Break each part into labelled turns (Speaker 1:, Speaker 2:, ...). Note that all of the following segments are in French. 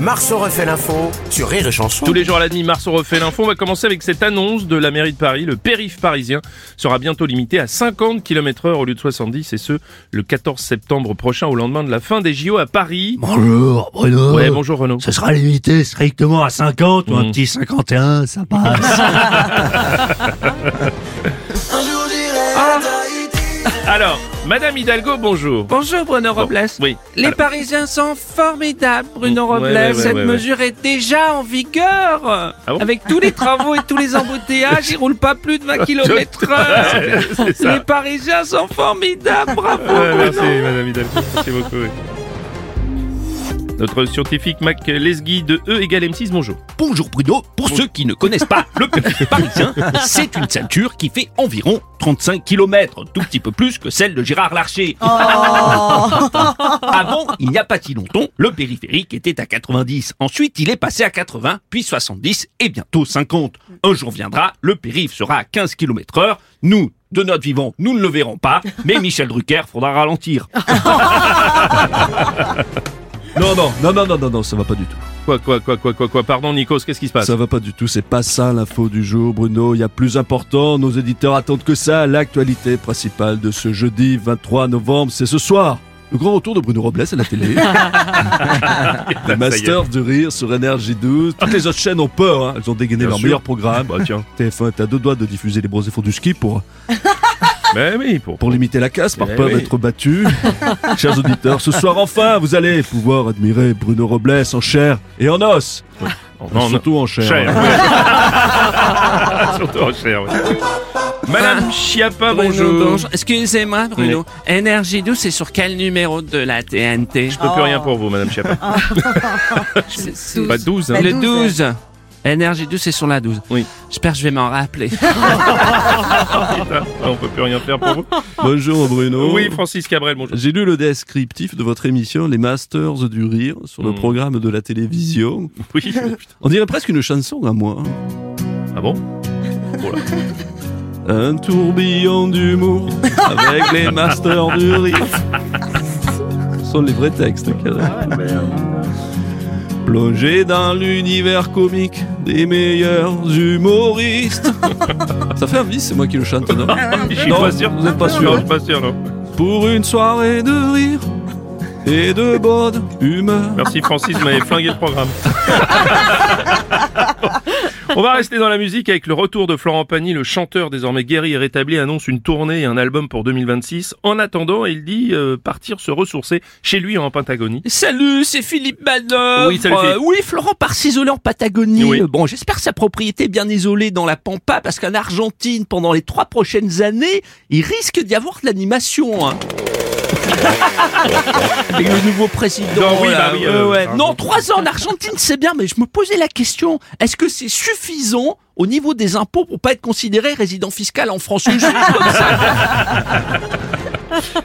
Speaker 1: Marceau refait l'info sur Rire et Chanson.
Speaker 2: Tous les jours à la demi, Mars on refait l'info. On va commencer avec cette annonce de la mairie de Paris. Le périph' parisien sera bientôt limité à 50 km heure au lieu de 70 et ce, le 14 septembre prochain au lendemain de la fin des JO à Paris.
Speaker 3: Bonjour Bruno.
Speaker 2: Ouais, bonjour Mmh. Renaud.
Speaker 3: Ce sera limité strictement à 50 ou un petit 51, ça passe.
Speaker 2: Alors, Madame Hidalgo, bonjour.
Speaker 4: Bonjour Bruno Robles.
Speaker 2: oui.
Speaker 4: Les
Speaker 2: Alors-
Speaker 4: Parisiens sont formidables, Bruno
Speaker 2: Mm, ouais,
Speaker 4: Robles.
Speaker 2: ouais, ouais,
Speaker 4: Cette
Speaker 2: ouais, ouais.
Speaker 4: mesure est déjà en vigueur.
Speaker 2: bon
Speaker 4: Avec tous les travaux et tous les embouteillages, ils roulent pas plus de
Speaker 2: Ah,
Speaker 4: 20 km heure.
Speaker 2: C'est ça.
Speaker 4: Les Parisiens sont formidables, bravo.
Speaker 2: Ouais, merci Madame Hidalgo, merci beaucoup. oui. Notre scientifique Mac Lesguy de E égale M6, bonjour.
Speaker 5: Bonjour Bruno, pour ceux qui ne connaissent pas le périph' parisien, c'est une ceinture qui fait environ 35 km, tout petit peu plus que celle de Gérard Larcher. Avant, il n'y a pas si longtemps, le périphérique était à 90. Ensuite, il est passé à 80, puis 70 et bientôt 50. Un jour viendra, le périph' sera à 15 km heure. Nous, de notre vivant, nous ne le verrons pas, mais Michel Drucker faudra ralentir.
Speaker 6: Non, non, non, non, non, non, non, ça va pas du tout.
Speaker 2: Quoi, quoi, quoi, quoi, quoi, quoi, pardon Nikos, qu'est-ce qui se passe
Speaker 6: Ça va pas du tout, c'est pas ça l'info du jour, Bruno. Il y a plus important, nos éditeurs attendent que ça. L'actualité principale de ce jeudi 23 novembre, c'est ce soir. Le grand retour de Bruno Robles à la télé.
Speaker 2: Ça y
Speaker 6: Le
Speaker 2: Ah, est.
Speaker 6: Master du Rire sur NRJ12. Toutes les autres chaînes ont peur, hein. Elles ont dégainé
Speaker 2: Bien
Speaker 6: leur
Speaker 2: sûr.
Speaker 6: meilleur programme.
Speaker 2: Bah tiens,
Speaker 6: TF1 est à deux doigts de diffuser les bronzés fonds du ski pour,
Speaker 2: mais oui, pour...
Speaker 6: pour limiter la casse, par
Speaker 2: Eh
Speaker 6: peur
Speaker 2: oui.
Speaker 6: d'être battu. Chers auditeurs, ce soir enfin, vous allez pouvoir admirer Bruno Robles en chair et en os.
Speaker 2: Non, non.
Speaker 6: surtout en chair.
Speaker 2: Cher, ouais. Surtout en cher, ouais. Madame Chiappa,
Speaker 4: Bruno,
Speaker 2: bonjour.
Speaker 4: bonjour. Excusez-moi, Bruno. Énergie douce, c'est sur quel numéro de la TNT
Speaker 2: Je peux plus rien pour vous, Madame Chiappa.
Speaker 4: C'est- c'est-
Speaker 2: Pas 12, hein.
Speaker 4: Le 12. Énergie douce, c'est sur la 12.
Speaker 2: Oui.
Speaker 4: J'espère que je vais m'en rappeler.
Speaker 2: putain. Ah, On peut plus rien faire pour vous.
Speaker 6: Bonjour Bruno.
Speaker 2: Oui, Francis Cabrel, bonjour.
Speaker 6: J'ai lu le descriptif de votre émission Les Masters du Rire sur le
Speaker 2: Mm.
Speaker 6: programme de la télévision.
Speaker 2: Oui, putain.
Speaker 6: On dirait presque une chanson à moi. hein.
Speaker 2: Ah bon
Speaker 6: Un tourbillon d'humour avec les Masters du Rire. Ce sont les vrais textes. quand
Speaker 2: Ah
Speaker 6: même. Plongé dans l'univers comique des meilleurs humoristes. Ça fait un vice, c'est moi qui le chante, non
Speaker 2: Je suis
Speaker 6: Non,
Speaker 2: pas sûr.
Speaker 6: vous êtes pas sûr.
Speaker 2: Ah Non, je suis pas sûr, non.
Speaker 6: Pour une soirée de rire et de bonne humeur.
Speaker 2: Merci Francis, vous m'avez flingué le programme. On va rester dans la musique avec le retour de Florent Pagny, le chanteur désormais guéri et rétabli, annonce une tournée et un album pour 2026. En attendant, il dit euh, partir se ressourcer chez lui en Patagonie.
Speaker 5: Salut, c'est Philippe Manœuvre.
Speaker 2: Oui, salut, Philippe.
Speaker 5: Euh, oui, Florent part s'isoler en Patagonie.
Speaker 2: Oui.
Speaker 5: Euh, Bon, j'espère sa propriété est bien isolée dans la Pampa, parce qu'en Argentine, pendant les trois prochaines années, il risque d'y avoir de l'animation. hein. Avec le nouveau président.
Speaker 2: Non, oui, bah
Speaker 5: là,
Speaker 2: oui,
Speaker 5: ouais,
Speaker 2: euh,
Speaker 5: ouais.
Speaker 2: pardon.
Speaker 5: Non, trois ans en Argentine, c'est bien, mais je me posais la question est-ce que c'est suffisant au niveau des impôts pour pas être considéré résident fiscal en France Je suis comme ça.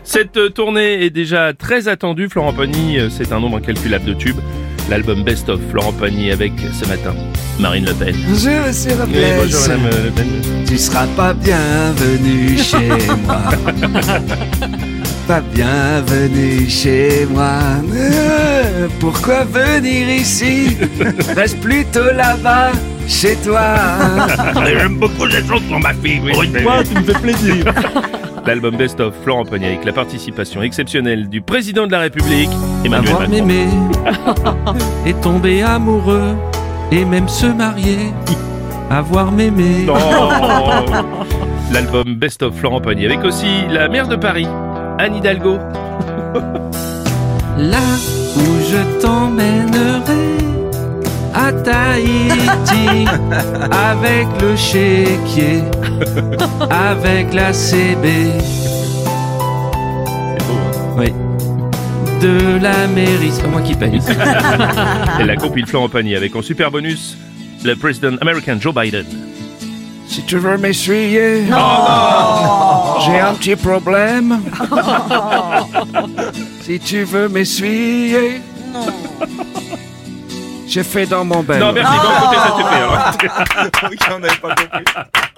Speaker 2: Cette euh, tournée est déjà très attendue. Florent Pagny, euh, c'est un nombre incalculable de tubes. L'album Best of Florent Pagny avec ce matin Marine Le Pen.
Speaker 7: Bonjour Monsieur
Speaker 2: Oui, bonjour
Speaker 7: Robles,
Speaker 2: Madame euh, Le Pen.
Speaker 7: tu seras pas bienvenu chez moi. pas bienvenu chez moi. Euh, Pourquoi venir ici Reste plutôt là-bas, chez toi.
Speaker 5: J'aime beaucoup cette chanson, ma fille.
Speaker 2: Oui, oui, oui.
Speaker 6: tu me fais plaisir.
Speaker 2: L'album Best of Florent Pagny avec la participation exceptionnelle du président de la République, Emmanuel
Speaker 4: Avoir
Speaker 2: Macron.
Speaker 4: m'aimé et tomber amoureux et même se marier. Avoir m'aimé.
Speaker 2: Non. L'album Best of Florent Pagny avec aussi la maire de Paris, Anne Hidalgo.
Speaker 4: Là où je t'emmènerai à Tahiti avec le chéquier, avec la CB
Speaker 2: C'est beau,
Speaker 7: hein.
Speaker 4: de la mairie. C'est pas moi qui paye.
Speaker 2: hein. Et la compile Florent Pagny avec en super bonus le président américain Joe Biden.
Speaker 7: si tu veux m'essuyer, oh, j'ai un petit problème. si tu veux m'essuyer,
Speaker 8: J'ai fait dans mon bel.
Speaker 6: Non, merci, bon, écoutez, ça c'est fait. alors.
Speaker 2: hein. Ok, on n'avait pas compris.